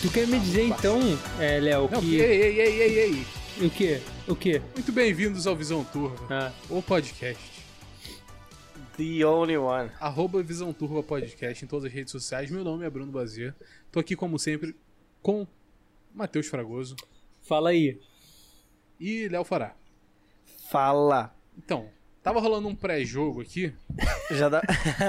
Tu quer me dizer então, é, Léo, Não, que. ei, ei, ei, ei, ei. O quê? O quê? Muito bem-vindos ao Visão Turva, Ah, o podcast. The only one. Arroba Visão Turva Podcast em todas as redes sociais. Meu nome é Bruno Bazia. Tô aqui, como sempre, com Matheus Fragoso fala aí. e Léo Fará. Fala. Então, tava rolando um pré-jogo aqui. Já dá.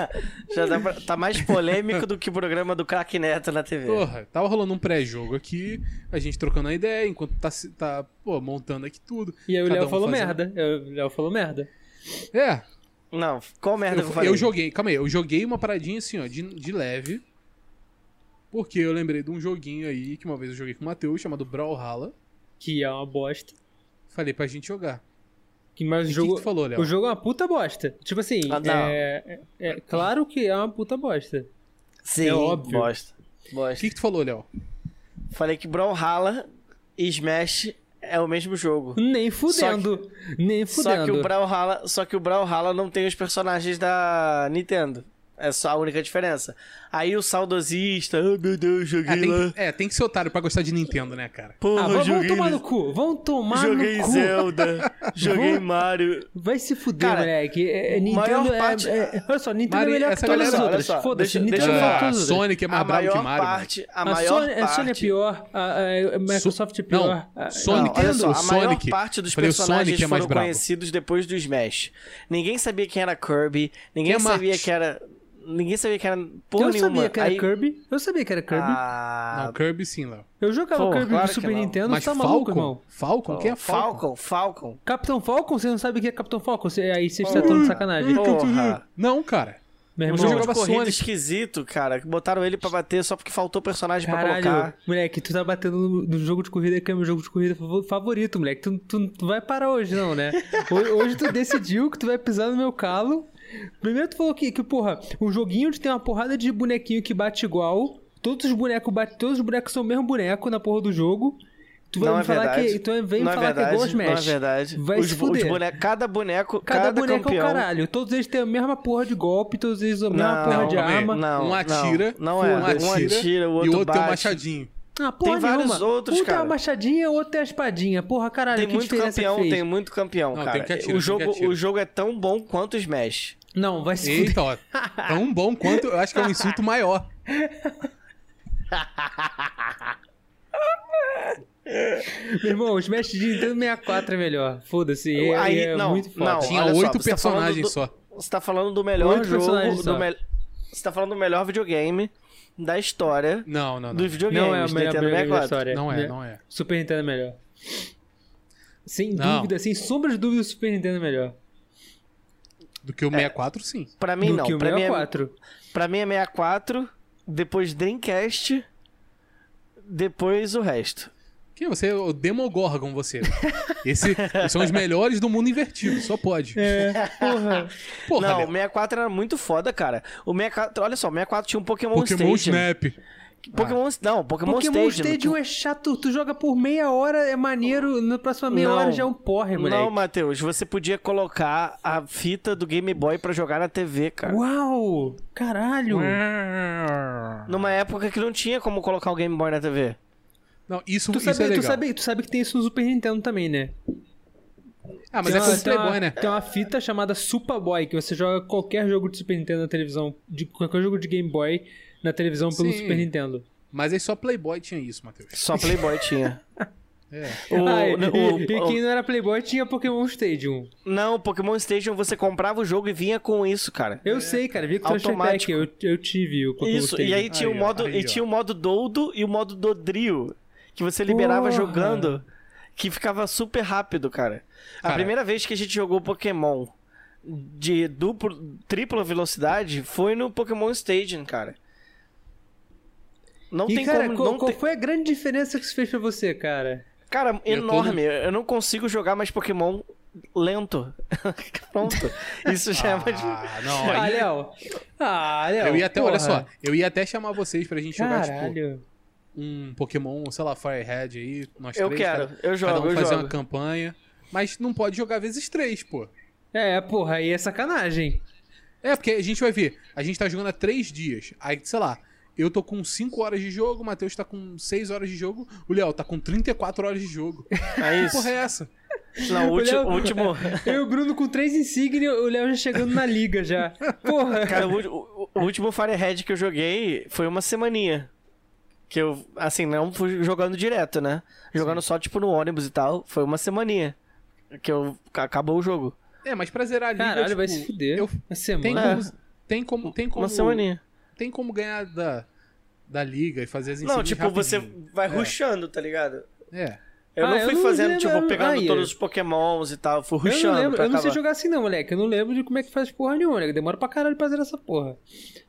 Já dá pra... Tá mais polêmico do que o programa do Crack Neto na TV. Porra, tava rolando um pré-jogo aqui, a gente trocando a ideia, enquanto tá, se- tá pô, montando aqui tudo. E aí o Cada Léo um falou fazendo- merda. Eu- O Léo falou merda. É, Ah, Não, qual merda eu, Eu, falei? eu joguei, calma aí, eu joguei uma paradinha assim, ó, de, de leve. Porque eu lembrei de um joguinho aí que uma vez eu joguei com o Matheus, chamado Brawlhalla. Que é uma bosta. Falei pra gente jogar. Que, mas o O que, jogo. que tu falou, Léo? o jogo é uma puta bosta. Tipo assim, Ah, não. é, é- é claro que é uma puta bosta. Sim, É óbvio. bosta. O Bosta. que, que tu falou, Léo? Falei que Brawlhalla e Smash é o mesmo jogo. Nem fudendo. Nem fudendo. Só que, o Brawlhalla, só que o Brawlhalla não tem os personagens da Nintendo. É só a única diferença. Aí o saudosista, oh meu Deus, É joguei lá. tem, é, tem que ser otário pra gostar de Nintendo, né, cara? Porra, Ah, vão, vão joguei, tomar no cu. Vão tomar joguei no cu. Zelda, joguei Vão- Mario. Vai se fuder, Cara, moleque. É, é, maior Nintendo é, parte- é- Olha só, Nintendo Mari- é melhor que essa todas galera- as olha outras. só, Fodas-se, deixa- Nintendo é deixa eu melhor falar. que Ah, todas as outras. Sonic é A mais brabo que maior Mario. mano. parte, a A maior Sony, a parte. Sony é pior, a, a- a Microsoft é Não, pior. a- Sonic- Não, olha Nintendo, só, a maior Sonic. parte dos Falei, o personagens Sonic é mais foram brabo. conhecidos depois do Smash. Ninguém sabia quem era Kirby, ninguém Quem é sabia Marty? que era. Ninguém sabia que era porra Eu nenhuma. sabia que era Aí- Kirby. Eu sabia que era Kirby. é Ah, Não, Kirby sim, Léo. eu jogava pô, Kirby claro do que Super não. Nintendo, Mas você tá maluco, irmão? Falcon? Falcon? Quem é Falcon? Falcon, Falcon. Capitão Falcon? Você não sabe o que é Capitão Falcon? Você- aí vocês Hum. estão tão de Hum, sacanagem. né, Porra. Não, cara. Meu Um irmão, jogo de jogava corrida Sonic. esquisito, cara, que botaram ele pra bater só porque faltou personagem pra caralho. colocar. Moleque, tu tá batendo no, no jogo de corrida que é meu jogo de corrida fav- favorito, moleque. Tu, tu, tu vai parar hoje, não, né? Ho- Hoje tu decidiu que tu vai pisar no meu calo. Primeiro tu falou que, que porra, um joguinho onde tem uma porrada de bonequinho que bate igual. Todos os bonecos batem, todos os bonecos são o mesmo boneco na porra do jogo. Tu vai não me é falar verdade. que. Tu vem me não falar é verdade, que é igual Não é Smash. verdade. Vai os, se os fuder. boneco- cada boneco, Cada, boneco campeão. é o caralho. Todos eles têm a mesma porra de golpe, todos eles a mesma Não, porra de calma aí. arma. Não, um atira, não, não é. um Um atira, atira, o e o outro outro tem um bate. machadinho. Ah, porra Tem vários nenhuma. outros, um tem cara. uma machadinha, outro tem a espadinha. Porra, caralho, Tem que muito diferença campeão, fez? tem muito campeão, Não, cara. tem que atira, tem o, jogo, que atira. o jogo é tão bom quanto o Smash. Não, vai se fuder. Eita, ó. Tão bom quanto. Eu acho que é um insulto maior. Meu irmão, o Smash de Nintendo 64 é melhor. Foda-se, é, Aí- é não, muito foda. não. Tinha olha só, oito você tá falando personagens do- só. Você tá falando do melhor Oito personagens jogo. só. Do me... Você tá falando do melhor videogame da história Não, não, não. dos videogames. tá Não é o melhor Nintendo videogame da 64. história. Não né? é, não é. Super Nintendo é melhor. Sem Não. dúvida, sem sombra de dúvida, o Super Nintendo é melhor. Do É. que o 64, sim. Pra mim, do não. que o pra, mim é... 64. pra mim é 64, depois Dreamcast, depois o resto. Quem é você? O Demogorgon, você. Esse, são os melhores do mundo invertido, só pode. É, porra. Porra, não, o Léo. 64 era muito foda, cara. O 64, olha só, o 64 tinha um Pokémon, Pokémon Stadium. Snap. Ah. Pokémon, não, Pokémon, Pokémon Stadium. Stadium é chato, tu joga por meia hora, é maneiro, na próxima meia Não. hora já é um porre, Não, moleque. Matheus, você podia colocar a fita do Game Boy pra jogar na TV, cara. Uau! Caralho! Numa época que não tinha como colocar o Game Boy na TV. Não, isso, Tu isso sabe, é legal. tu, sabe, tu sabe que tem isso no Super Nintendo também, né? Ah, mas tem é uma- como tem uma- Playboy, né? Tem uma fita chamada Super Boy, que você joga qualquer jogo de Super Nintendo na televisão, de qualquer jogo de Game Boy na televisão pelo Sim. Super Nintendo. Mas aí só Playboy tinha isso, Matheus. Só Playboy tinha. É. O- Ah, e, o- e- e o- quem não era Playboy tinha Pokémon Stadium. Não, Pokémon Stadium você comprava o jogo e vinha com isso, cara. É. Eu sei, cara, vi que Automático. eu, eu tive o Pokémon Isso, Stadium. e aí tinha Aí, o ó, modo aí, e ó. tinha o modo Doudo e o modo Dodrio, que você liberava Porra. jogando, que ficava super rápido, cara. A Cara. primeira vez que a gente jogou Pokémon de duplo, tripla velocidade foi no Pokémon Stadium, cara. Não E, tem cara, como, qual, não qual tem- foi a grande diferença que isso fez pra você, cara? Cara, Eu tô enorme. Eu não consigo jogar mais Pokémon lento. Pronto. Isso já é mais Ah, não, Ah, aí... Léo. Ah, Léo. Eu ia até, porra. olha só, eu ia até chamar vocês pra gente jogar, tipo, Caralho. um Pokémon, sei lá, Firehead aí, nós Eu três. quero, cada- eu jogo, Cada um eu fazer jogo. uma campanha. Mas não pode jogar vezes três, pô. É, porra, aí é sacanagem. É, porque a gente vai ver, a gente tá jogando há três dias. Aí, sei lá, Eu tô com 5 horas de jogo, o Matheus tá com 6 horas de jogo, o Léo tá com 34 horas de jogo. É Que isso. porra é essa? Não, o último. Léo- o último- Eu e o Bruno com três insígnias, o Léo já chegando na liga já. Porra. Cara, o, ulti- o- o último Firehead que eu joguei foi uma semaninha. Que eu, assim, não fui jogando direto, né? Jogando só, tipo, no ônibus e tal. Foi uma semaninha que eu ca- acabou o jogo. É, mas pra zerar a liga, Caralho, tipo, vai se fuder. eu- Uma tem, semana. É. como, tem como, tem como, Uma semaninha. tem como ganhar da, da liga e fazer as Não, insignias tipo, você rapidinho. vai É. rushando, tá ligado? É. Eu Ah, não eu fui não fazendo, lembro, tipo, eu- pegando ah, todos eu- os pokémons e tal. Fui Eu não rushando lembro, pra eu não sei acabar. jogar assim não, moleque. Eu não lembro de como é que faz porra nenhuma, moleque. Demora pra caralho pra zerar essa porra.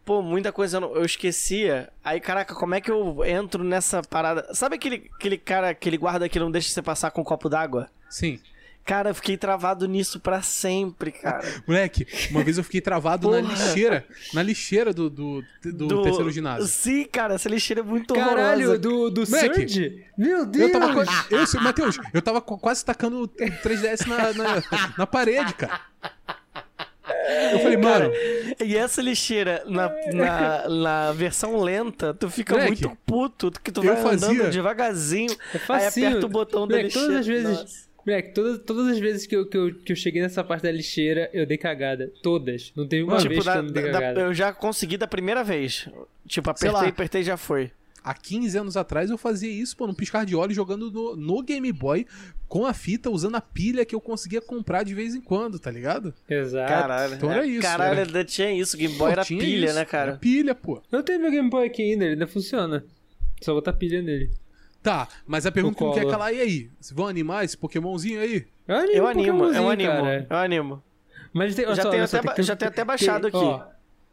Pô, muita coisa eu não- eu esquecia. Aí, caraca, como é que eu entro nessa parada? Sabe aquele, aquele cara, aquele guarda que não deixa você passar com um copo d'água? Sim. Cara, eu fiquei travado nisso pra sempre, cara. Moleque, uma vez eu fiquei travado na Porra. lixeira. Na lixeira do, do, do, terceiro ginásio. Sim, cara, essa lixeira é muito Caralho, horrorosa. do, do Moleque, Surge? Meu Deus! Eu tava quase. Eu, sei- Matheus, eu tava co- quase tacando o 3DS na, na, na parede, cara. Eu falei, mano, E essa lixeira, na, na, na versão lenta, tu fica Moleque, muito puto, que tu eu vai andando fazia- devagarzinho, É aí facinho. aperta o botão da Moleque, lixeira. todas as vezes, Nossa. moleque, todas, todas as vezes que eu, que, eu, que eu cheguei nessa parte da lixeira, eu dei cagada. Todas. Não teve uma Tipo, vez que da- eu não dei da- cagada. eu já consegui da primeira vez. Tipo, Sei lá. apertei, apertei e já foi. há 15 anos atrás eu fazia isso, pô, num piscar de olhos, jogando no, no Game Boy com a fita, usando a pilha que eu conseguia comprar de vez em quando, tá ligado? Exato. Caralho. então era isso, Caralho, né? ainda tinha isso. Game Boy Pô, era tinha pilha, isso, né, cara? Era pilha, pô. Eu tenho meu Game Boy aqui ainda, ele ainda funciona. Só botar pilha nele. Tá, mas a pergunta que não colo. quer calar é aí. Vocês vão animar esse Pokémonzinho aí? Eu animo, Eu um animo, eu Pokémonzinho, animo, cara. eu animo. Mas tem, olha Já só, tenho olha só, até tem- ba- já tem- tenho até baixado tem- aqui.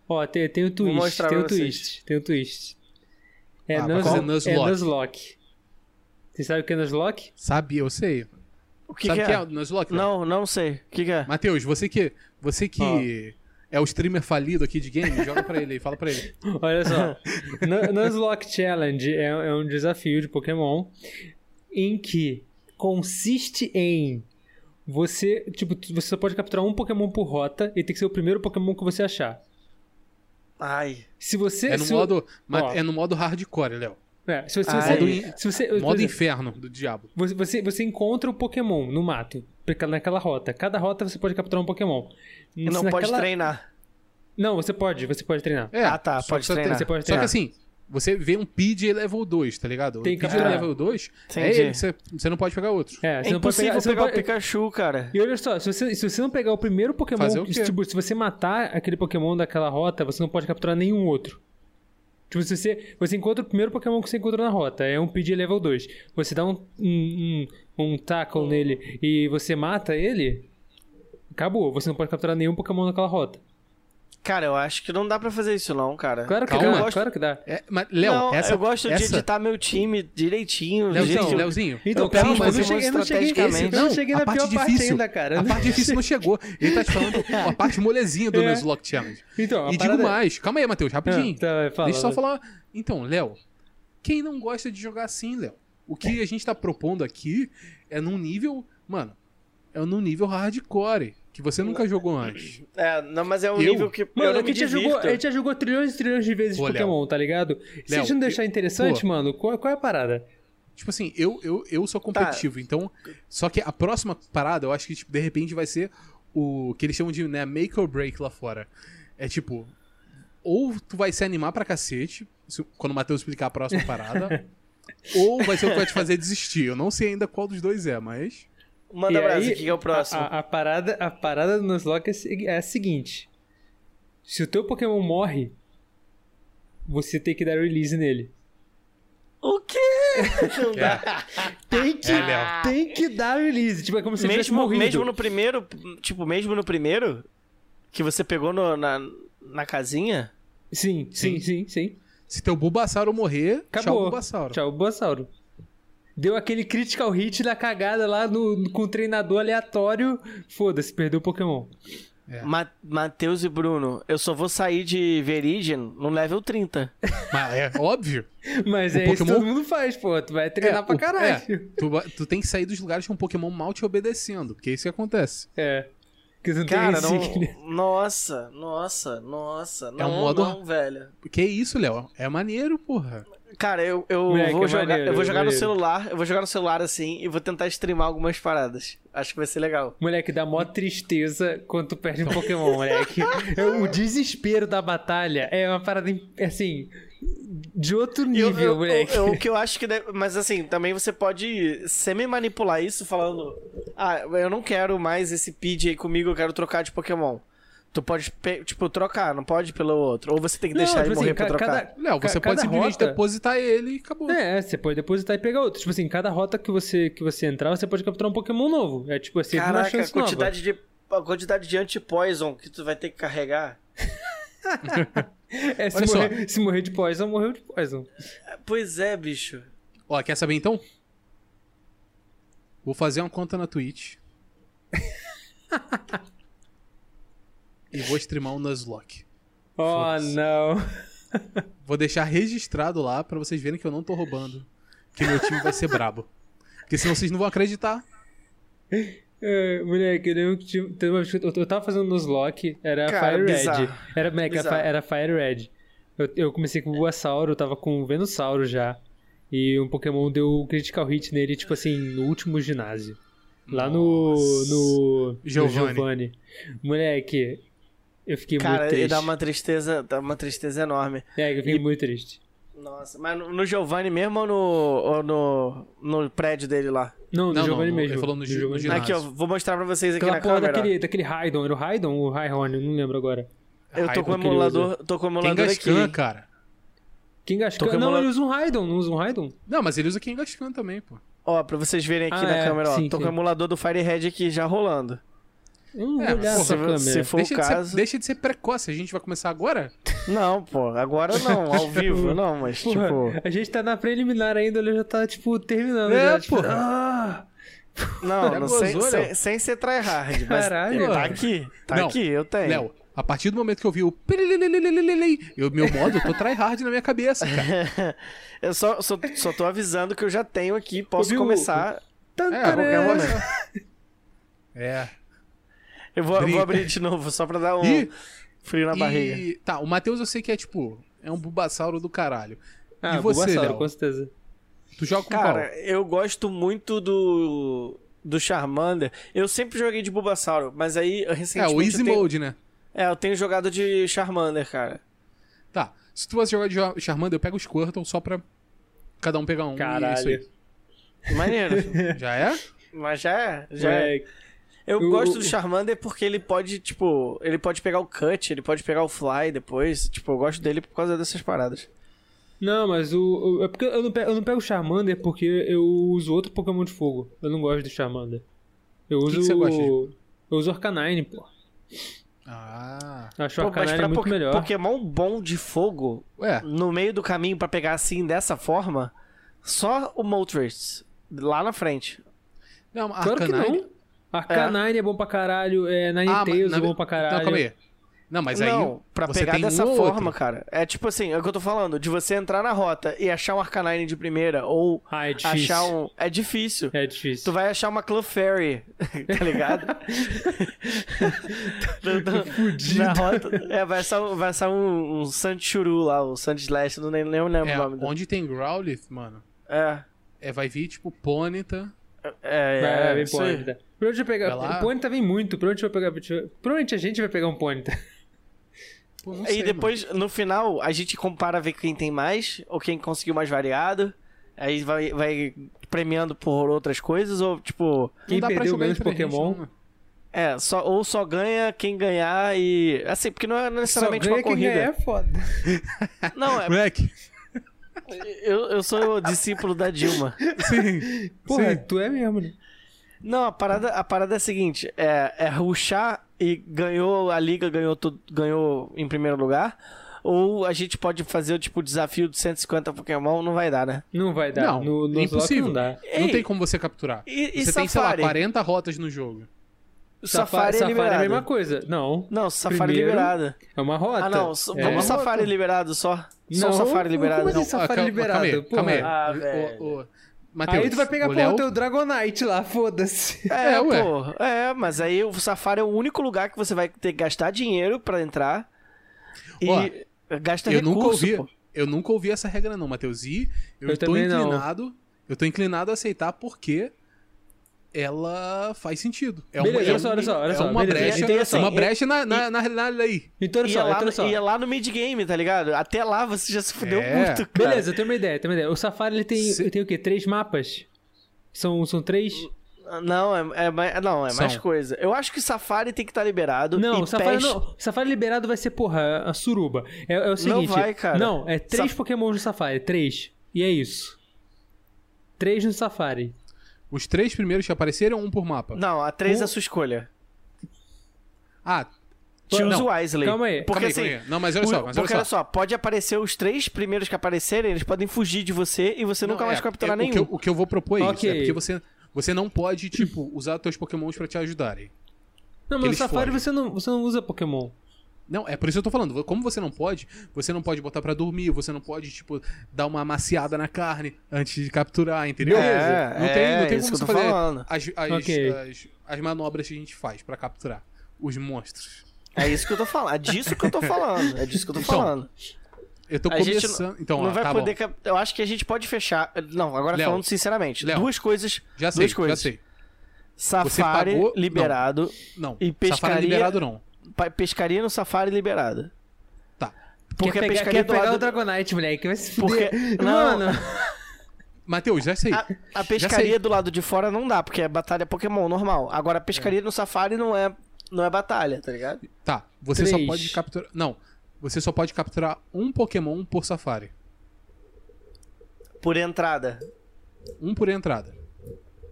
Ó, ó, tem, tem o twist, mostrar tem o pra vocês. twist, tem o twist. É, Ah, Nuz- qual? é Nuzlocke. Nuzlocke. Você sabe o que é Nuzlocke? Sabia, eu sei. O que, Sabe o que é? que é o Nuzlocke? Não, não sei. O que, que é? Matheus, você que, você que é o streamer falido aqui de game, joga pra ele aí, fala pra ele. Olha só. Nu- Nuzlocke Challenge é, é um desafio de Pokémon em que consiste em você, tipo, tu- você só pode capturar um Pokémon por rota e tem que ser o primeiro Pokémon que você achar. Ai. Se você É no se, modo, Ah, ma- ó. é no modo hardcore, Léo. é, se você, Ai. se você, se você- por Modo exemplo, inferno do diabo. Você, você, você encontra o Pokémon no mato, peca- naquela rota. Cada rota você pode capturar um Pokémon. E não Se pode naquela- treinar. Não, você pode, você pode treinar. É, Ah, tá, só pode que só treinar. tem- Você pode Só que treinar. assim, você vê um PJ level 2, tá ligado? Tem o que PJ capturar. level 2, é Entendi. ele, que você, você não pode pegar outro. É, É você não pode impossível pegar, você não pegar o pode- Pikachu, cara. E olha só, se você, se você não pegar o primeiro Pokémon Fazer o que quê? distribui, se você matar aquele Pokémon daquela rota, você não pode capturar nenhum outro. Tipo, se você, você encontra o primeiro Pokémon que você encontrou na rota, é um PG level 2. Você dá um, um, um, um tackle nele e você mata ele, acabou. Você não pode capturar nenhum Pokémon naquela rota. Cara, eu acho que não dá pra fazer isso não, cara. Claro que Calma. dá, claro que dá. É, mas, Léo, não, essa... eu gosto de essa... editar meu time direitinho. do Léozinho, jeito que eu- Léozinho. Então, Eu calma, mas quero eu fazer não cheguei, eu não cheguei, estrategicamente. eu não cheguei a na parte pior parte difícil- ainda, cara. A parte difícil não chegou. Ele tá te falando a parte molezinha do É. Nuzlocke Challenge. Então, a e parada- digo mais, calma aí, Matheus, rapidinho. Ah, tá, vai, fala, Deixa eu só vai. falar. Então, Léo, quem não gosta de jogar assim, Léo? O que a gente tá propondo aqui é num nível, mano, é num nível hardcore, que você nunca jogou antes. É, não, mas é um Eu? nível que eu Mano, não a me gente, já jogou, divirto. a gente já jogou trilhões e trilhões de vezes Pô, Léo. Pokémon, tá ligado? Se a Léo, gente não deixar eu- interessante, pô. mano, qual, qual é a parada? Tipo assim, eu, eu, eu Tá. sou competitivo, então. Só que a próxima parada, eu acho que, tipo, de repente vai ser o que eles chamam de né, make or break lá fora. É tipo, ou tu vai se animar pra cacete, isso quando o Matheus explicar a próxima parada, ou vai ser o que vai te fazer desistir. Eu não sei ainda qual dos dois é, mas. Manda tipo, E brasa, aí, Ah, o que que é o próximo? A, a- a parada, a parada do Nuzlocke é, se- é a seguinte. Se o teu Pokémon morre, você tem que dar release nele. O quê? Não dá. Tem que, É, Léo. tem que dar release. Tipo, é como se ele tivesse Ah, Mesmo, morrido. mesmo no primeiro, tipo, mesmo no primeiro, que você pegou no- na, na casinha, Sim, sim, sim, sim. Se teu Bulbasauro morrer, tchau Acabou. Bulbasauro. Tchau, Bulbasauro. Deu aquele critical hit da cagada lá no, no- com o treinador aleatório. Foda-se, perdeu o Pokémon. É. Ma Matheus e Bruno, eu só vou sair de Veridian no level 30. Mas é óbvio. Mas O é isso que Pokémon- todo mundo faz, pô. Tu vai É, treinar pra o- caralho. um é, tu, vai- tu tem que sair dos lugares com Pokémon mal te obedecendo, porque é isso que acontece. É. Porque você não Cara, tem insígnia. não. Nossa, nossa, É nossa. um Não, modo- não, velho. Que isso, Léo? É maneiro, porra. Cara, eu, eu Moleque, vou é jogar, maneiro, eu vou é jogar no maneiro. celular, eu vou jogar no celular assim e vou tentar streamar algumas paradas. Acho que vai ser legal. Moleque, dá mó tristeza quando tu perde um Pokémon, moleque. É, O desespero da batalha é uma parada, im- assim, de outro E eu- nível, eu- moleque. eu- o que eu acho que deve, mas assim, também você pode semi-manipular isso falando, ah, eu não quero mais esse Pidge aí comigo, eu quero trocar de Pokémon. Tu pode, pe- tipo, trocar, não pode pelo outro. Ou você tem que deixar não, ele tipo morrer assim, pra ca- trocar. cada, Léo, ca- você cada pode simplesmente rota... depositar ele e acabou. É, você pode depositar e pegar outro. Tipo assim, cada rota que você, que você entrar, você pode capturar um Pokémon novo. É tipo assim, uma Caraca, a chance nova. quantidade de, a quantidade de anti-poison que tu vai ter que carregar. É, se, Olha só. morrer, se morrer de Poison, morreu de Poison. Pois é, bicho. Ó, quer saber então? Vou fazer uma conta na Twitch. e vou streamar um Nuzlocke. Oh, Foda-se. não. Vou deixar registrado lá pra vocês verem que eu não tô roubando. Que meu time vai ser brabo. Porque senão vocês não vão acreditar. É, moleque, eu lembro que tinha- teve uma vez que eu, eu tava fazendo nos lock, era Cara, Fire bizarro. Red. Era, moleque, era, fi- Bizarro. era Fire Red. Eu, eu comecei com o Buasauro, eu tava com o Venusauro já. E um Pokémon deu um critical hit nele, tipo assim, no último ginásio. Lá no. Nossa. no. Giovanni. No Giovanni. Moleque, eu fiquei Cara, muito ele triste. dá uma tristeza, dá uma tristeza enorme. É, eu fiquei muito triste. Nossa, mas no, no Giovanni mesmo ou no, ou no, no prédio dele lá? Não, no Não, não, Giovanni no- mesmo. ele falou no Gi- no Giovanni. Ginásio. Aqui, ó, vou mostrar pra vocês aqui Aquela na porra câmera. ó. daquele, daquele Raidon, era o Raidon ou o Raihorn, eu não lembro agora. Eu tô com Raidon o que ele emulador, tô com o emulador aqui. Kangaskhan, cara. Quem Tô gastou? Não, remolando- ele usa um Raidon, não usa um Raidon? Não, mas ele usa Kangaskhan também, pô. Ó, pra vocês verem aqui Ah, na é, câmera, ó. sim, tô com sim. o emulador do Firehead aqui já rolando. Eu não É, vou olhar porra, essa se câmera. você for- Foi o Deixa de, ser, caso. deixa de ser precoce, a gente vai começar agora? Não, pô, agora não, ao vivo não, mas Porra, tipo... a gente tá na preliminar ainda, ele já tá, tipo, terminando. É, já, tipo, porra. ah, tipo, Não, Já não, gozou, sem, Léo? sem, sem ser tryhard, mas Caralho. ele tá aqui, tá Não, aqui, eu tenho. Léo, a partir do momento que eu vi o... pililililililililei, Eu, meu modo, eu tô tryhard na minha cabeça, cara. eu só, só, só tô avisando que eu já tenho aqui, posso Ouviu? começar. tá, É, a tantarã. qualquer momento. É. Eu vou, eu Brinca. vou abrir de novo, só pra dar um Ih, frio na barriga. E, tá, o Matheus eu sei que é tipo, é um bubassauro do caralho. Ah, e você, Bulbasauro, Léo? com certeza. Tu joga com Cara, qual? eu gosto muito do. Do Charmander. Eu sempre joguei de Bulbasauro, mas aí É, recentemente. o Easy eu tenho... Mode, né? É, eu tenho jogado de Charmander, cara. Tá, se tu fosse jogar de Jo- Charmander, eu pego o Squirtle só pra cada um pegar um. e Caralho. é isso Maneiro. aí. Já é? mas já é. Já é. Moleque, Eu o- gosto o- do Charmander porque ele pode, tipo. Ele pode pegar o Cut, ele pode pegar o Fly depois. Tipo, eu gosto dele por causa dessas paradas. Não, mas o. o- É porque eu não, pego, eu não pego Charmander porque eu uso outro Pokémon de fogo. Eu não gosto do Charmander. Eu uso. que você gosta de- o- Eu uso Arcanine, pô. Ah. Acho o Pô, mas Arcanine pra é muito Pok- melhor. Pokémon bom de fogo, Ué, no meio do caminho pra pegar assim dessa forma, só o Moltres. Lá na frente. não, mas Claro que Arcanine- Ah, não. Arcanine é. bom pra caralho, é Ninetales mas- é bom pra caralho. Não, calma aí. Não, mas não, aí. pra você pegar tem dessa um ou forma, outro. cara. É tipo assim, é o que eu tô falando, de você entrar na rota e achar um Arcanine de primeira ou Ah, é difícil. achar um. É difícil. É difícil. Tu vai achar uma Clefairy, tá ligado? Fudido. Na rota. É, vai achar, um- vai achar um, um Sandchuru lá, o Sandslash, não nem, nem lembro É, o nome dele. onde tem Growlithe, mano, É. é, vai vir tipo Ponyta. É, É, é, vem isso aí. Pônita. Pra onde eu pegar? Vai lá. O Pônita vem muito. Pra onde eu pegar? Pra onde a gente vai pegar um Pônita? Pô, não E sei, depois, no final, a gente compara ver quem tem mais, ou quem conseguiu mais variado. Aí vai, vai premiando por outras coisas, ou tipo. mano. Não Quem dá pra perdeu jogar menos entre a gente, Pokémon? não, né? É, só, ou só ganha quem ganhar e. Assim, porque não é necessariamente uma quem corrida. ganhar é foda. Não, é, Moleque, eu, eu sou discípulo da Dilma. sim. Porra, sim. tu é mesmo, né? Não, a parada, a parada é a seguinte: é, é ruxar e ganhou a liga, ganhou tudo, ganhou em primeiro lugar. Ou a gente pode fazer tipo, o desafio de 150 Pokémon, não vai dar, né? Não vai dar. Não, no, no é Nuzlocke impossível. não dá. Não Ei, tem como você capturar. E, e você tem, sei lá, Safari? 40 rotas no jogo. Safari, é é a liberado. mesma coisa. Não, Não, Safari Primeiro- liberado. é uma rota. Ah, não. so- é. Vamos Safari liberado só. Só Não, Safari como liberado. assim? Safari ah, calma- liberado, Calma aí, porra. calma aí. Ah, O- velho. o- Matheus, aí tu vai pegar, o porra, Léo- o teu Dragonite lá, foda-se. É, É, ué. pô. É, mas aí o Safari é o único lugar que você vai ter que gastar dinheiro pra entrar. E Ó, gasta eu recurso, nunca ouvi, pô. eu nunca ouvi essa regra não, Matheus. E eu, Eu tô também não. inclinado, eu tô inclinado a aceitar porque ela faz sentido. É Beleza, uma, é olha só, olha só, olha é só, uma beleza. brecha, Então, assim, uma e- brecha na, na, na realidade aí. Então, olha Ia só, lá, então, olha só. ia lá no mid-game, tá ligado? Até lá você já se fudeu É. muito, cara. Beleza, eu tenho uma ideia, tenho uma ideia. O Safari, ele tem, Se- tem o quê? Três mapas? São, são três? Não, é, é mais- não, é mais São. coisa. Eu acho que Safari tem que estar liberado. Não, e o Safari, PES não, Safari liberado vai ser, porra, a suruba. É, é o seguinte. vai, cara. Não, é três Saf- Pokémon no Safari, três. E é isso. Três no Safari. Os três primeiros que apareceram, um por mapa. Não, a 3 Um- é a sua escolha. Ah, um Te usa não. o Isley. Calma aí, Porque calma aí, assim. calma aí. Não, mas olha o- só, mas olha porque só. olha só, pode aparecer os três primeiros que aparecerem, eles podem fugir de você e você nunca Não, mais é, capturar é, o nenhum. que eu- O que, eu, vou propor é isso. Ok. É porque você, você não pode, tipo, usar teus pokémons pra te ajudarem. Não, mas no Eles Safari fogem. você não, você não usa Pokémon. Não, é por isso que eu tô falando. Como você não pode, você não pode botar pra dormir, você não pode, tipo, dar uma maciada na carne antes de capturar, entendeu? Beleza. não É, tem, é não tem isso como que eu você tô fazer falando. as, as, Ok. as, as manobras que a gente faz pra capturar os monstros. É isso que eu tô falando. É disso que eu tô falando. É disso que eu tô Então, falando. Eu tô A gente começando. Então, não ó, vai tá poder. bom. cap- Eu acho que a gente pode fechar. Não, agora Léo. falando sinceramente. Léo. Duas coisas. Já sei, duas já coisas. sei. Safari pagou- não. liberado. Não, E safari pescaria- liberado não. pa- Pescaria no Safari liberado. Tá. Porque quer a pegar, pescaria quer do pegar lado- o Dragonite, moleque, vai se Porque- fuder. Não. é, Mano, Matheus, já sei. A, a sei. pescaria do lado de fora não dá, porque é batalha Pokémon normal. Agora a pescaria no Safari não é não é batalha, tá ligado? Tá, você só Três. pode capturar. Não, você só pode capturar um Pokémon por safari. Por entrada. Um por entrada.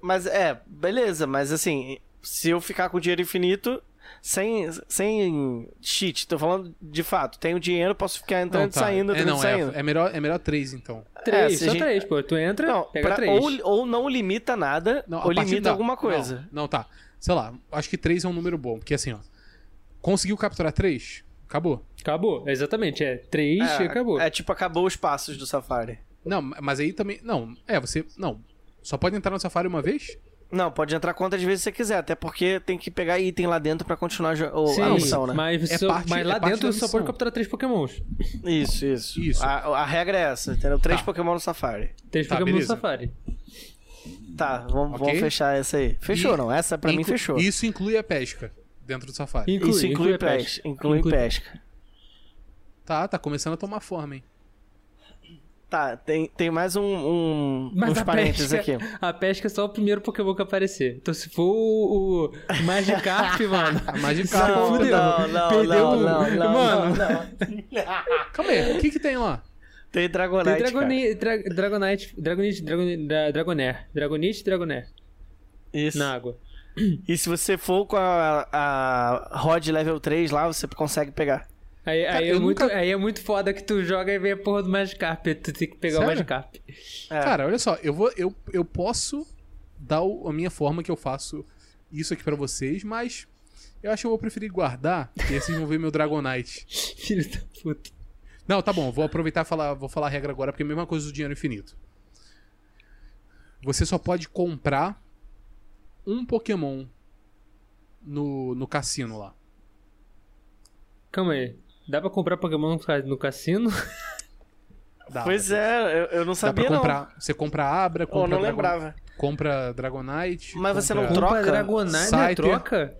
Mas é, beleza, mas assim, se eu ficar com dinheiro infinito, sem sem cheat, tô falando de fato, tenho dinheiro, posso ficar entrando e tá. saindo, é, entrando e não, saindo. é, é, melhor, é melhor três, então. três, É, se a só gente- três, pô. Tu entra, Não, pega pra- três. ou, ou não limita nada, Não, a ou partir limita da- alguma coisa. Não, não, tá. Sei lá, acho que 3 é um número bom, porque assim, ó. Conseguiu capturar 3? Acabou. Acabou, exatamente, é. Três e acabou. É tipo, acabou os passos do Safari. Não, mas aí também. Não, é, você. Não. Só pode entrar no Safari uma vez? Não, pode entrar quantas vezes você quiser, até porque tem que pegar item lá dentro pra continuar jo- o- Sim, a missão, né? mas, você É só- parte- mas lá é parte dentro da você só missão. pode capturar três pokémons. Isso, isso. Isso. A, a regra é essa, entendeu? Três Tá. Pokémon no Safari. Três Tá, pokémons beleza. no Safari. Tá, vamos, Ok. vamos fechar essa aí. Fechou, E- não? Essa pra mim Inclu- fechou. Isso inclui a pesca dentro do Safari. isso inclui, a pesca. Inclui, pesca. Tá, tá começando a tomar forma, hein? Tá, tem, tem mais um, um- Mas uns a parênteses pesca, aqui. a pesca é só o primeiro Pokémon que aparecer. Então se for o, o Magikarp, mano. A mágica. Não, fudeu. não, não, Perdeu não, o- não, não, Mano. não, não. Calma aí, o que que tem lá? Tem Dragonite, Tem cara. Dragoni, Dra- Dragonite, Dragonite, Dragonite, Dra- Dragonair. Dragonite, Dragonair. Isso. Na água. E se você for com a, a Rod level 3 lá, você consegue pegar. Aí, Cara, aí é eu muito, nunca- aí é muito foda que tu joga e vem a porra do Magikarp. Tu tem que pegar Sério? o Magikarp. É. Cara, olha só, eu vou. Eu, eu posso dar o- a minha forma que eu faço isso aqui pra vocês, mas eu acho que eu vou preferir guardar, porque vocês vão ver meu Dragonite. Filho da puta. Não, tá bom, vou aproveitar e falar, vou falar a regra agora, porque é a mesma coisa do dinheiro infinito. Você só pode comprar um Pokémon no, no cassino lá. Calma aí. Dá pra comprar Pokémon no ca- no cassino? Dá, pois é, eu, eu não dá pra sabia não. comprar. Você compra Abra, Eu compra, não Dragon- lembrava. compra Dragonite. Mas você não compra- Troca? Compra Dragonite, não é Scyther. troca?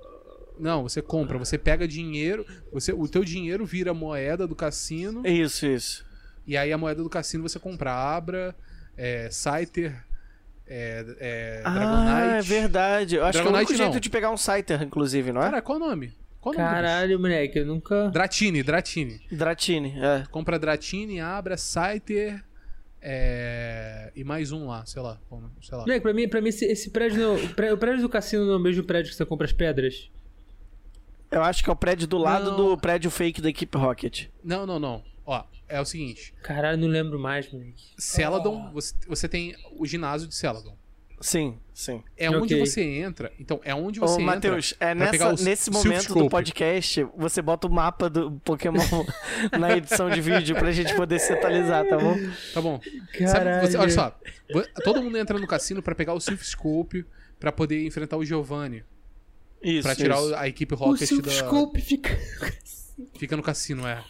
Não, você compra, você pega dinheiro, você, o teu dinheiro vira moeda do cassino, Isso, isso. e aí a moeda do cassino você compra Abra, é, Scyther, é, é, Ah, é Dragonite. verdade. Eu acho que Dragonite é o único não. jeito de pegar um Scyther, inclusive, não é? Cara, qual o nome? Qual o nome do bicho? Caralho, moleque, eu nunca. Dratini, Dratini. Dratini, é. Compra Dratini, Abra, Scyther é, e mais um lá, sei lá. como- sei lá. Moleque, pra mim, pra mim esse, esse prédio. não- o pré- o prédio do cassino não é o mesmo prédio que você compra as pedras? Eu acho que é o prédio do lado Não. do prédio fake da equipe Rocket. Não, não, não. Ó, é o seguinte. Caralho, não lembro mais, moleque. Celadon, você, você tem o ginásio de Celadon. Sim, sim. É Ok. onde você entra. Então, é onde você Ô, entra. Matheus, é pra pegar nessa, o Sil- nesse Silk momento do Scope. podcast, você bota o mapa do Pokémon na edição de vídeo pra gente poder se atualizar, tá bom? Tá bom. Sabe, Caralho. você- olha só. vo- Todo mundo entra no cassino pra pegar o Silph Scope pra poder enfrentar o Giovanni. Isso. Pra tirar isso. o- a equipe O Rocket Silk da. Scope fica. Fica no cassino, é.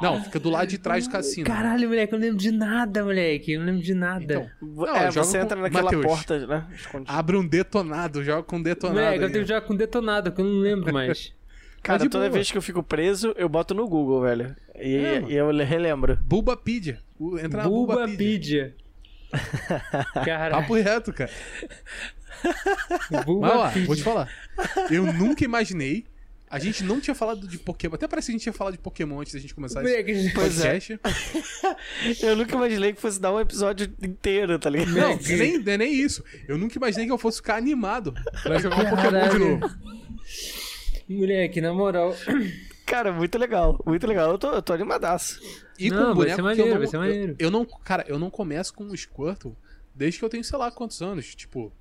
Não, fica do lado de trás do cassino. Caralho, moleque, eu não lembro de nada, moleque. Eu não lembro de nada. Então, Não, é, eu jogo você com- entra naquela Matheus, porta, né? Escondido. Abre um detonado, joga com um detonado. moleque, eu aí. tenho já com detonado, que eu não lembro mais. Cara, Tá de toda boa. vez que eu fico preso, eu boto no Google, velho. E, É, mano. e eu relembro. Bulbapedia. O- Entra na Bulbapedia. Bulbapedia. Caralho, Papo reto, cara. Mas ó, Bulbapedia. vou te falar. Eu nunca imaginei. A gente não tinha falado de Pokémon. Até parece que a gente tinha falado de Pokémon antes da gente começar esse Moleque, gente- Pois é. podcast. Eu nunca imaginei que fosse dar um episódio inteiro, tá ligado? Não, nem, nem nem isso. Eu nunca imaginei que eu fosse ficar animado pra jogar Pokémon de Caralho. novo. moleque, na moral. Cara, muito legal, muito legal. Eu tô, eu tô animadaço. E Não, com um vai boneco ser que eu maneiro, não, vai ser eu- maneiro. Eu, não, cara, eu não começo com o Squirtle desde que eu tenho, sei lá, quantos anos, tipo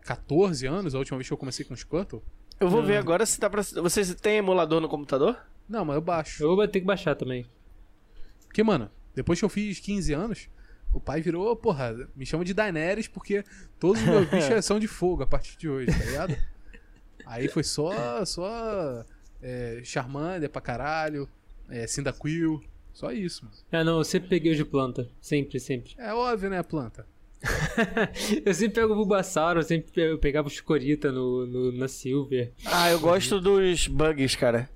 14 anos, a última vez que eu comecei com o Squirtle. Eu vou ver agora se dá pra. Vocês têm emulador no computador? Não, mas eu baixo. Eu vou ter que baixar também. Porque, mano, depois que eu fiz 15 anos, o pai virou, porra, me chama de Daenerys porque todos os meus bichos são de fogo a partir de hoje, tá ligado? Aí foi só, só é, Charmander pra caralho, é, Cyndaquil, só isso, mano. Ah, não, eu sempre peguei os de planta. Sempre, sempre. É óbvio, né, planta? Eu sempre pego o Bulbasaur, eu sempre pe- eu pegava o Chikorita no, no- na Silver. Ah, eu gosto dos bugs, cara.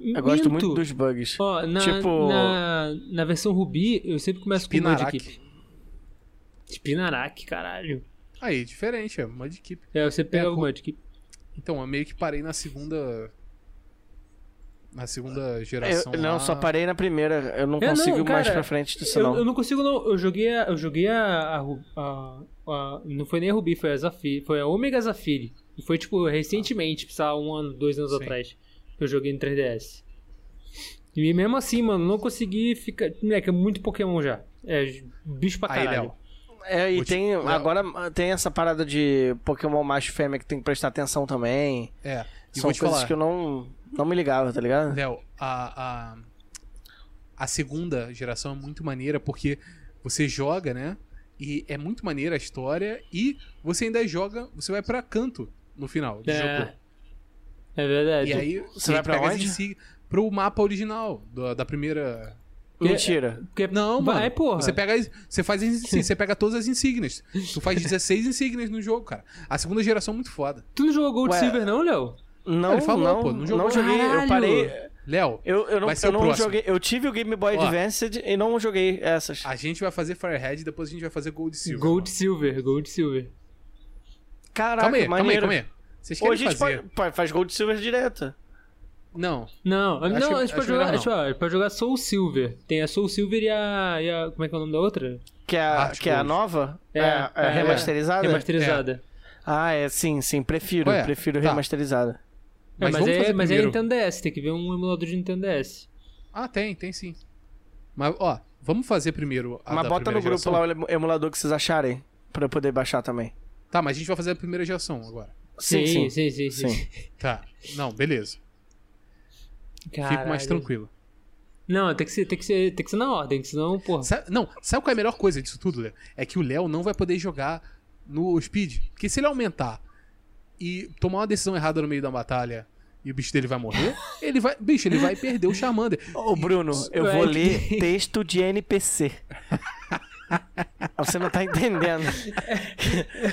Eu gosto muito dos bugs. Ó, na, Tipo- na, na versão Rubi, eu sempre começo com o Mudkip. Pinarac. Spinarak, caralho. Aí, diferente, é Mudkip. É, eu sempre pegava É, o com- Mudkip. Então, eu meio que parei na segunda. Na segunda geração. É, Eu, não, lá. só parei na primeira. Eu não É, não, consigo mais cara, pra frente disso, Eu, não. eu não consigo não, eu joguei a... Eu joguei a, a Ru- a- a- não foi nem a Rubi, foi a Zafiri, foi a Omega Zafiri. E foi, tipo, recentemente, tipo, sei lá, um ano, dois anos Sim. atrás, que eu joguei no 3DS. E mesmo assim, mano, não consegui ficar... Moleque, é muito Pokémon já. É bicho pra Aí, caralho. Léo. É, e Vou te- tem. Léo. Agora tem essa parada de Pokémon macho e fêmea que tem que prestar atenção também. É. E São vou coisas te falar. É, que eu não, não me ligava, tá ligado? Léo, a, a, a segunda geração é muito maneira porque você joga, né? E é muito maneira a história e você ainda joga, você vai pra canto no final do É, jogo. é verdade. E aí Você vai pra pega as onde? insígnias pro mapa original do- da primeira. Mentira. Porque- Não, mano. Vai, porra. Você pega, as- você faz, as insí- você pega todas as insígnias. Tu faz 16 insígnias no jogo, cara. A segunda geração é muito foda. Tu não jogou Gold Ué. Silver, não, Léo? Não, é, Ele falou, não, pô, não não, jogou. joguei. Eu Caralho. parei. Léo, Eu, eu não, Vai ser eu o não próximo. joguei. Eu tive o Game Boy Ó. Ah, Advance e não joguei essas. a gente vai fazer Firehead e depois a gente vai fazer Gold e Silver. Gold mano. Silver, Gold Silver. Caraca, Calma aí, calma aí, maneiro. calma aí. Vocês Ou querem a gente fazer? pode- pô, faz Gold Silver direto. Não. Não, Acho que- não, a acho gente pode melhor jogar, não. a gente pode- a gente pode jogar Soul Silver. Tem a Soul Silver e a, e a- como é que é o nome da outra? Que é a, Heart que é a Gold. nova? É, é, é, remasterizada? Remasterizada. Ah, é, sim, sim. Prefiro, Ué, prefiro tá. remasterizada. É, Mas mas, vamos é, fazer mas é primeiro. Nintendo DS, tem que ver um emulador de Nintendo DS. Ah, tem, tem sim. Mas, ó, vamos fazer primeiro a Mas Ah, da bota no primeira grupo geração. lá o emu- emulador que vocês acharem. Pra eu poder baixar também. Tá, mas a gente vai fazer a primeira geração agora. Sim, sim. sim, sim. sim, sim. Tá. Não, beleza. Fico mais Caralho. tranquilo. Não, tem que, ser, tem, que ser, tem que ser na ordem, que senão, porra. Sa- não, sabe qual é a melhor coisa disso tudo, Léo? É que o Léo não vai poder jogar no speed. Porque se ele aumentar e tomar uma decisão errada no meio da batalha e o bicho dele vai morrer, ele vai. Bicho, ele vai perder o Charmander. Ô, Bruno, eu Vai vou que- ler texto de NPC. Você não tá entendendo.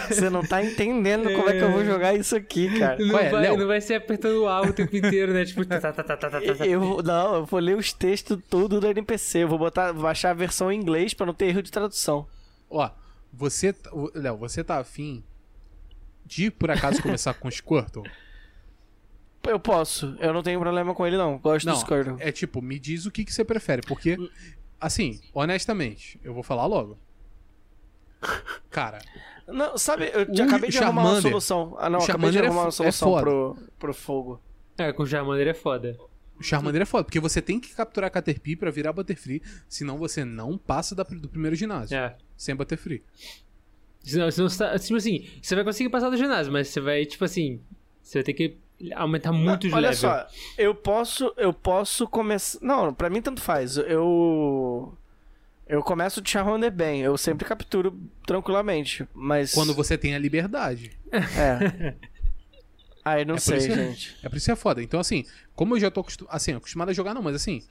Você não tá entendendo como é que eu vou jogar isso aqui, cara. Não, Qual é, vai, Léo? não vai ser apertando o A o tempo inteiro, né? Tipo, tá, tá, tá, tá, tá, tá, tá. Eu, vou- não, eu vou ler os textos tudo do NPC. Eu vou botar, baixar a versão em inglês pra não ter erro de tradução. Ó, você. tá- o- Léo, você tá afim de por acaso começar com o Squirtle? Eu posso, eu não tenho problema com ele, não. Gosto do Squirtle. é tipo, me diz o que, que você prefere, porque, assim, honestamente, eu vou falar logo. Cara, Não, sabe, eu O já acabei de arrumar uma Charmander. solução. Ah, não, O acabei de Charmander é arrumar fo- uma é solução foda. pro, pro fogo. É, com Charmander é foda. o Charmander é foda, porque você tem que capturar Caterpie pra virar Butterfree, senão você não passa da- do primeiro ginásio, É. sem Butterfree. Senão, senão você tá, tipo assim, você vai conseguir passar do ginásio, mas você vai, tipo assim, você vai ter que aumentar muito Ah, o Olha level. só, eu posso, eu posso começar. Não, pra mim tanto faz. Eu eu começo de Charmander bem, eu sempre capturo tranquilamente, mas Quando você tem a liberdade. é. Aí não É por sei, isso que- gente. É por isso que é foda. Então, assim, como eu já tô acostum... assim, acostumado a jogar, não, mas assim,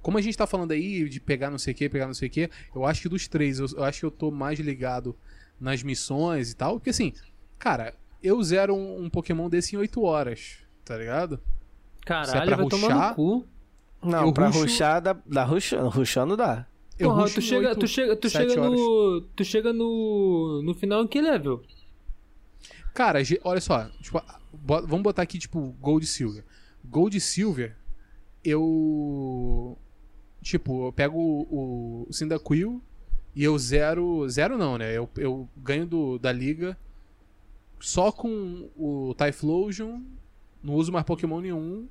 como a gente tá falando aí de pegar não sei o que, pegar não sei o que, eu acho que dos três, eu, eu acho que eu tô mais ligado nas missões e tal, porque assim, cara, eu zero um, um Pokémon desse em 8 horas, tá ligado? Se é Caralho, pra vai tomar rushar, no cu. Não, eu pra rusho- ruxar dá, dá ruxando, ruxando dá. Eu Porra, rusho tu em chega, oito- tu chega, tu sete chega horas. no. Tu chega no. No final em que level? Cara, ge- olha só, tipo, a- bo- vamos botar aqui, tipo, Gold e Silver. Gold e Silver, eu. Tipo, eu pego o, o Cyndaquil e eu zero. Zero não, né? Eu, eu ganho do, da liga só com o Typhlosion, não uso mais Pokémon nenhum.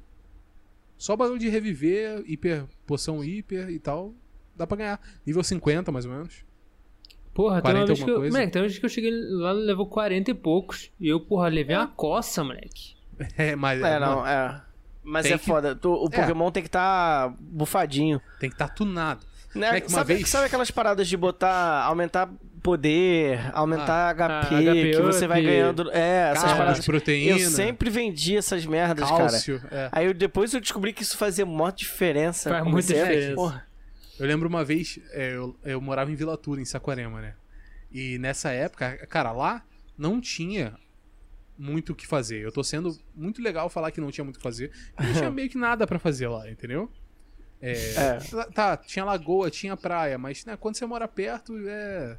Só bagulho de reviver, hiper, poção hiper e tal. Dá pra ganhar. Nível 50, mais ou menos. Porra, tem 40 uma vez que alguma eu. coisa? Moleque, tem uma vez que eu cheguei lá no level 40 e poucos. E eu, porra, levei uma coça, moleque. É, mas É, não, mano, é. Mas Tem é que- foda, tu- o É. Pokémon tem que estar tá bufadinho. tem que estar tá tunado. Né? É que uma sabe, vez- sabe aquelas paradas de botar, aumentar poder, aumentar Ah. HP, HP que você vai up. ganhando. É, essas Carne, paradas. proteína. Eu sempre vendi essas merdas, cara. Cálcio, é. Aí eu, depois eu descobri que isso fazia mó diferença. Faz Comecei muita a- diferença. Porra. Eu lembro uma vez, é, eu, eu morava em Vila Tura, em Saquarema, né? E nessa época, cara, lá não tinha muito o que fazer. Eu tô sendo muito legal falar que não tinha muito o que fazer. porque Não tinha meio que nada pra fazer lá, entendeu? É. Tá, tá, tinha lagoa, tinha praia, mas né, quando você mora perto, é.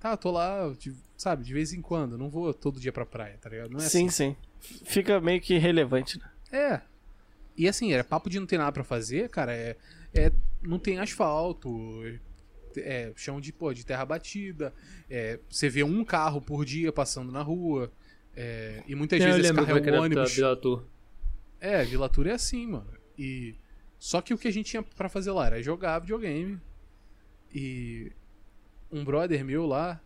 Tá, tô lá, de- sabe, de vez em quando. Não vou todo dia pra praia, tá ligado? Não é sim, sim. Fica meio que irrelevante, né? É. E assim, era papo de não ter nada pra fazer, cara, é, é não tem asfalto, é chão de, pô, de terra batida, é, você vê um carro por dia passando na rua, é, e muitas eu vezes esse lembro como carro é é que um era a ônibus. Vila Tour. É, Vila Tour é assim, mano. E só que o que a gente tinha pra fazer lá era jogar videogame. E um brother meu lá,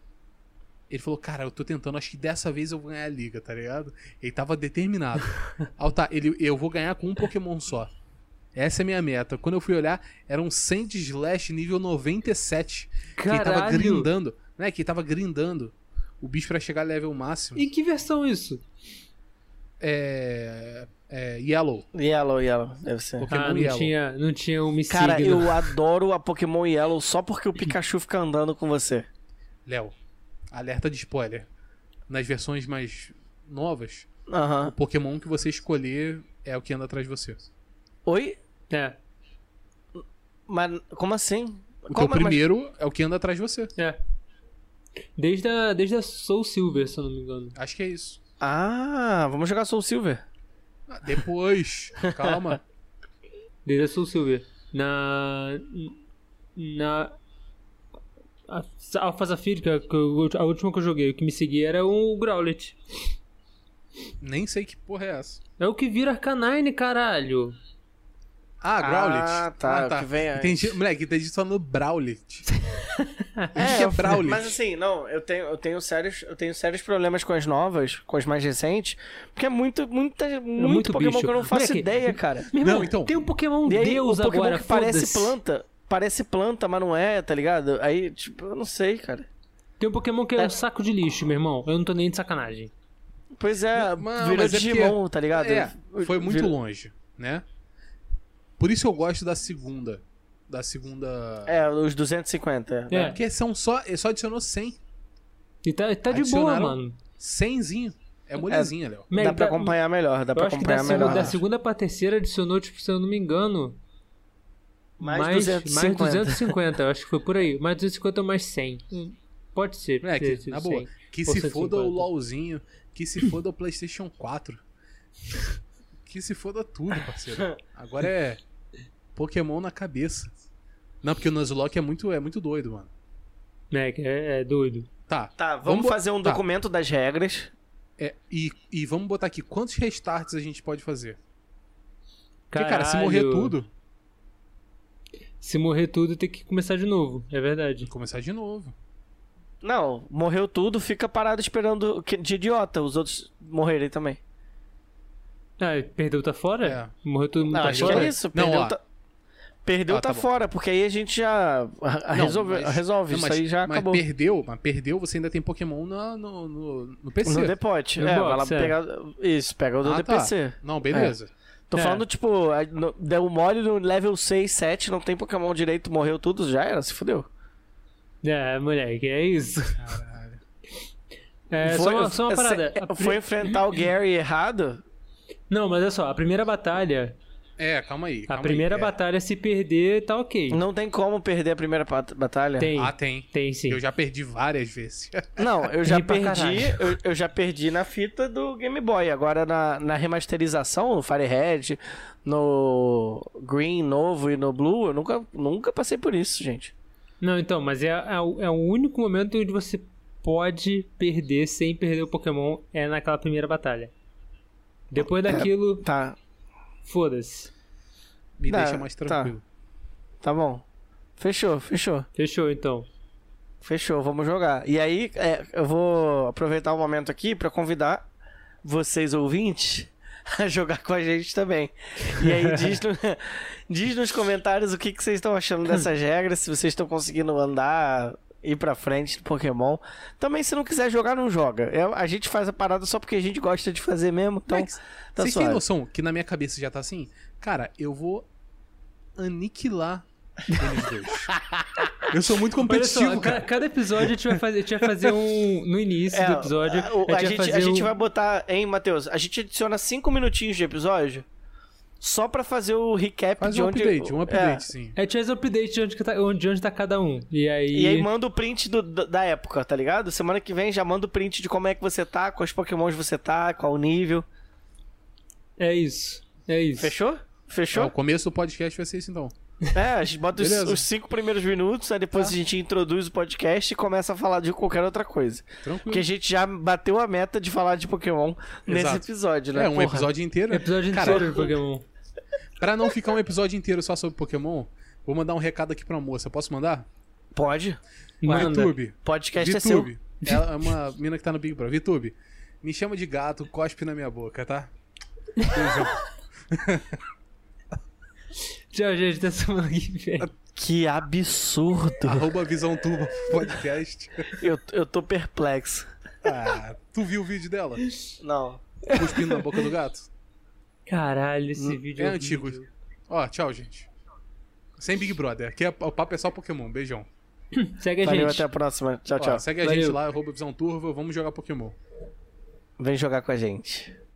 ele falou: "Cara, eu tô tentando, acho que dessa vez eu vou ganhar a liga, tá ligado?" Ele tava determinado. ah, tá, ele eu vou ganhar com um Pokémon só. Essa é a minha meta. Quando eu fui olhar, era um Sand Slash nível 97. Que ele tava Caralho! grindando, né? Que ele tava grindando o bicho pra chegar level máximo. E que versão isso? É, é Yellow. Yellow, Yellow, deve ser. Pokémon ah, não Yellow. tinha, não tinha um o Missigno. Cara, eu adoro a Pokémon Yellow só porque o Pikachu fica andando com você. Léo, alerta de spoiler. Nas versões mais novas, Aham. o Pokémon que você escolher é o que anda atrás de você. Oi? É, Mas como assim? O como teu primeiro é o que anda atrás de você. é. Desde a, desde a Soul Silver, se eu não me engano. Acho que é isso. Ah, vamos jogar Soul Silver. Ah, Depois, calma. Desde a Soul Silver. Na. Na. A Alpha Zafir, que é- que eu- a última que eu joguei, o que me seguia era o Growlithe. Nem sei que porra é essa. É o que vira Arcanine, caralho. Ah, Growlithe. Ah, tá, o que vem antes. entendi, moleque, entendi só no Browlithe. É, que é eu- Brawley. Mas assim, não, eu tenho, eu tenho sérios, eu tenho sérios problemas com as novas, com as mais recentes, porque é muito, muita, muito, muito Pokémon bicho. que eu não faço Moleque, ideia, cara. Meu irmão, Não, então. tem um Pokémon E aí, Deus o Pokémon agora, que parece foda-se. planta, parece planta, mas não é, tá ligado? Aí, tipo, eu não sei, cara. Tem um Pokémon que é um saco de lixo, meu irmão. Eu não tô nem de sacanagem. Pois é, Mas- virou mas é porque- Digimon, tá ligado? É, foi muito Virou- longe, né? Por isso eu gosto da segunda. Da segunda. É, os 250. É. Porque são só. Só adicionou 100. E tá, tá de boa, Adicionaram- mano. 100zinho. É molezinha, Léo. Meg, Dá pra da- acompanhar melhor, dá eu pra acho que da, acompanhar segunda, melhor. da segunda pra terceira adicionou, tipo, se eu não me engano, mais, Mais 250. mais 250. Eu acho que foi por aí. Mais 250 ou mais 100. Pode ser. Moleque, ter sido na boa. 100. Que Ou se foda o 150. LOLzinho, que se foda o PlayStation 4. Que se foda tudo, parceiro. Agora é Pokémon na cabeça. Não, porque o Nuzlocke é muito, é muito doido, mano. Moleque, é, é doido. Tá. Tá, vamos, bo- fazer um tá. documento das regras. É, e, e vamos botar aqui quantos restarts a gente pode fazer. Porque, Caralho, cara, se morrer tudo, Se morrer tudo, tem que começar de novo. É verdade. começar de novo. Não, morreu tudo, fica parado esperando que- de idiota os outros morrerem também. Ah, e perdeu, tá fora? Morreu todo mundo, Não, tá acho fora? que é isso. Não, Perdeu, ó. tá... Perdeu Ah, tá, tá bom. fora, porque aí a gente já a- a- Não, Ah, resolve, mas- resolve Não, isso aí já mas acabou. perdeu, mas perdeu, você ainda tem Pokémon na- no, no, no PC. No depote. No é, box, vai lá é. pegar. Isso, pega o do Ah, tá. DPC. Não, beleza. Tô É. falando, tipo, a- no- deu mole no level 6, 7, não tem Pokémon direito, morreu tudo, já era, se fudeu. É, moleque, é isso. Caralho. É, só uma, só uma é, se- parada. é, A pri- Foi enfrentar o Gary errado? Não, mas olha só, a primeira batalha, É, calma aí. a calma aí, primeira é. batalha se perder, tá ok. Não é, tem como perder a primeira pat- batalha. Tem, Ah, tem. tem sim. Eu já perdi várias vezes. Não, eu já Ri pra perdi. caralho. Eu, eu já perdi na fita do Game Boy. Agora na, na remasterização, no Firehead, no Green novo e no Blue, eu nunca, nunca passei por isso, gente. Não, então, mas é, é, o- é o único momento onde você pode perder sem perder o Pokémon é naquela primeira batalha. Depois daquilo, Tá, foda-se. Me Não, deixa mais tá. tranquilo. tá bom. Fechou, fechou. Fechou então. Fechou, vamos jogar. E aí, é, eu vou aproveitar o momento aqui pra convidar vocês ouvintes a jogar com a gente também. E aí, diz, no- diz nos comentários o que, que vocês estão achando dessas regras, se vocês estão conseguindo andar, ir pra frente no Pokémon. Também, se não quiser jogar, não joga. É, a gente faz a parada só porque a gente gosta de fazer mesmo, então Mas tá Vocês têm suave. noção que na minha cabeça já tá assim? Cara, eu vou aniquilar eles dois. eu sou muito Olha só, competitivo, ca- cara. cada, episódio a gente vai fazer, a gente vai fazer um. No início É, do episódio, a- o- a, a, gente gente, vai fazer. a gente um- vai botar, hein, Matheus? A gente adiciona cinco minutinhos de episódio só pra fazer o recap Faz de um onde... update, um é. update, sim. A gente faz um update de onde, que tá, onde, onde tá cada um. E aí. E aí manda o print do- da da época, tá ligado? Semana que vem já manda o print de como é que você tá, quais pokémons você tá, qual o nível. É isso. É isso. Fechou? Ah, o Fechou? começo do podcast vai ser isso então. É, a gente bota os, Beleza. Tá. os cinco primeiros minutos, aí depois a gente introduz o podcast e começa a falar de qualquer outra coisa. Tranquilo. Porque a gente já bateu a meta de falar de Pokémon nesse Exato. episódio, né? É, um Porra. episódio inteiro. né? Episódio Cara, inteiro do Pokémon. Pra não ficar um episódio inteiro só sobre Pokémon, vou mandar um recado aqui pra moça. Posso mandar? Pode? Manda. VTube. Podcast é seu. VTube. Ela é uma mina que tá no Big Brother. VTube, me chama de gato, cospe na minha boca, tá? Tchau, gente. Até semana que vem. Que absurdo. Arroba Visão Turbo Podcast. Eu, eu tô perplexo. Ah, tu viu o vídeo dela? Não. Cuspindo na boca do gato? Caralho, esse Hum, vídeo. é horrível. antigo. Ó, tchau, gente. Sem Big Brother. Aqui é, o papo é só Pokémon. Beijão. Segue a Valeu, gente. até a próxima. Tchau, Ó, tchau. segue a Valeu. gente lá, arroba Visão Turvo. Vamos jogar Pokémon. Vem jogar com a gente.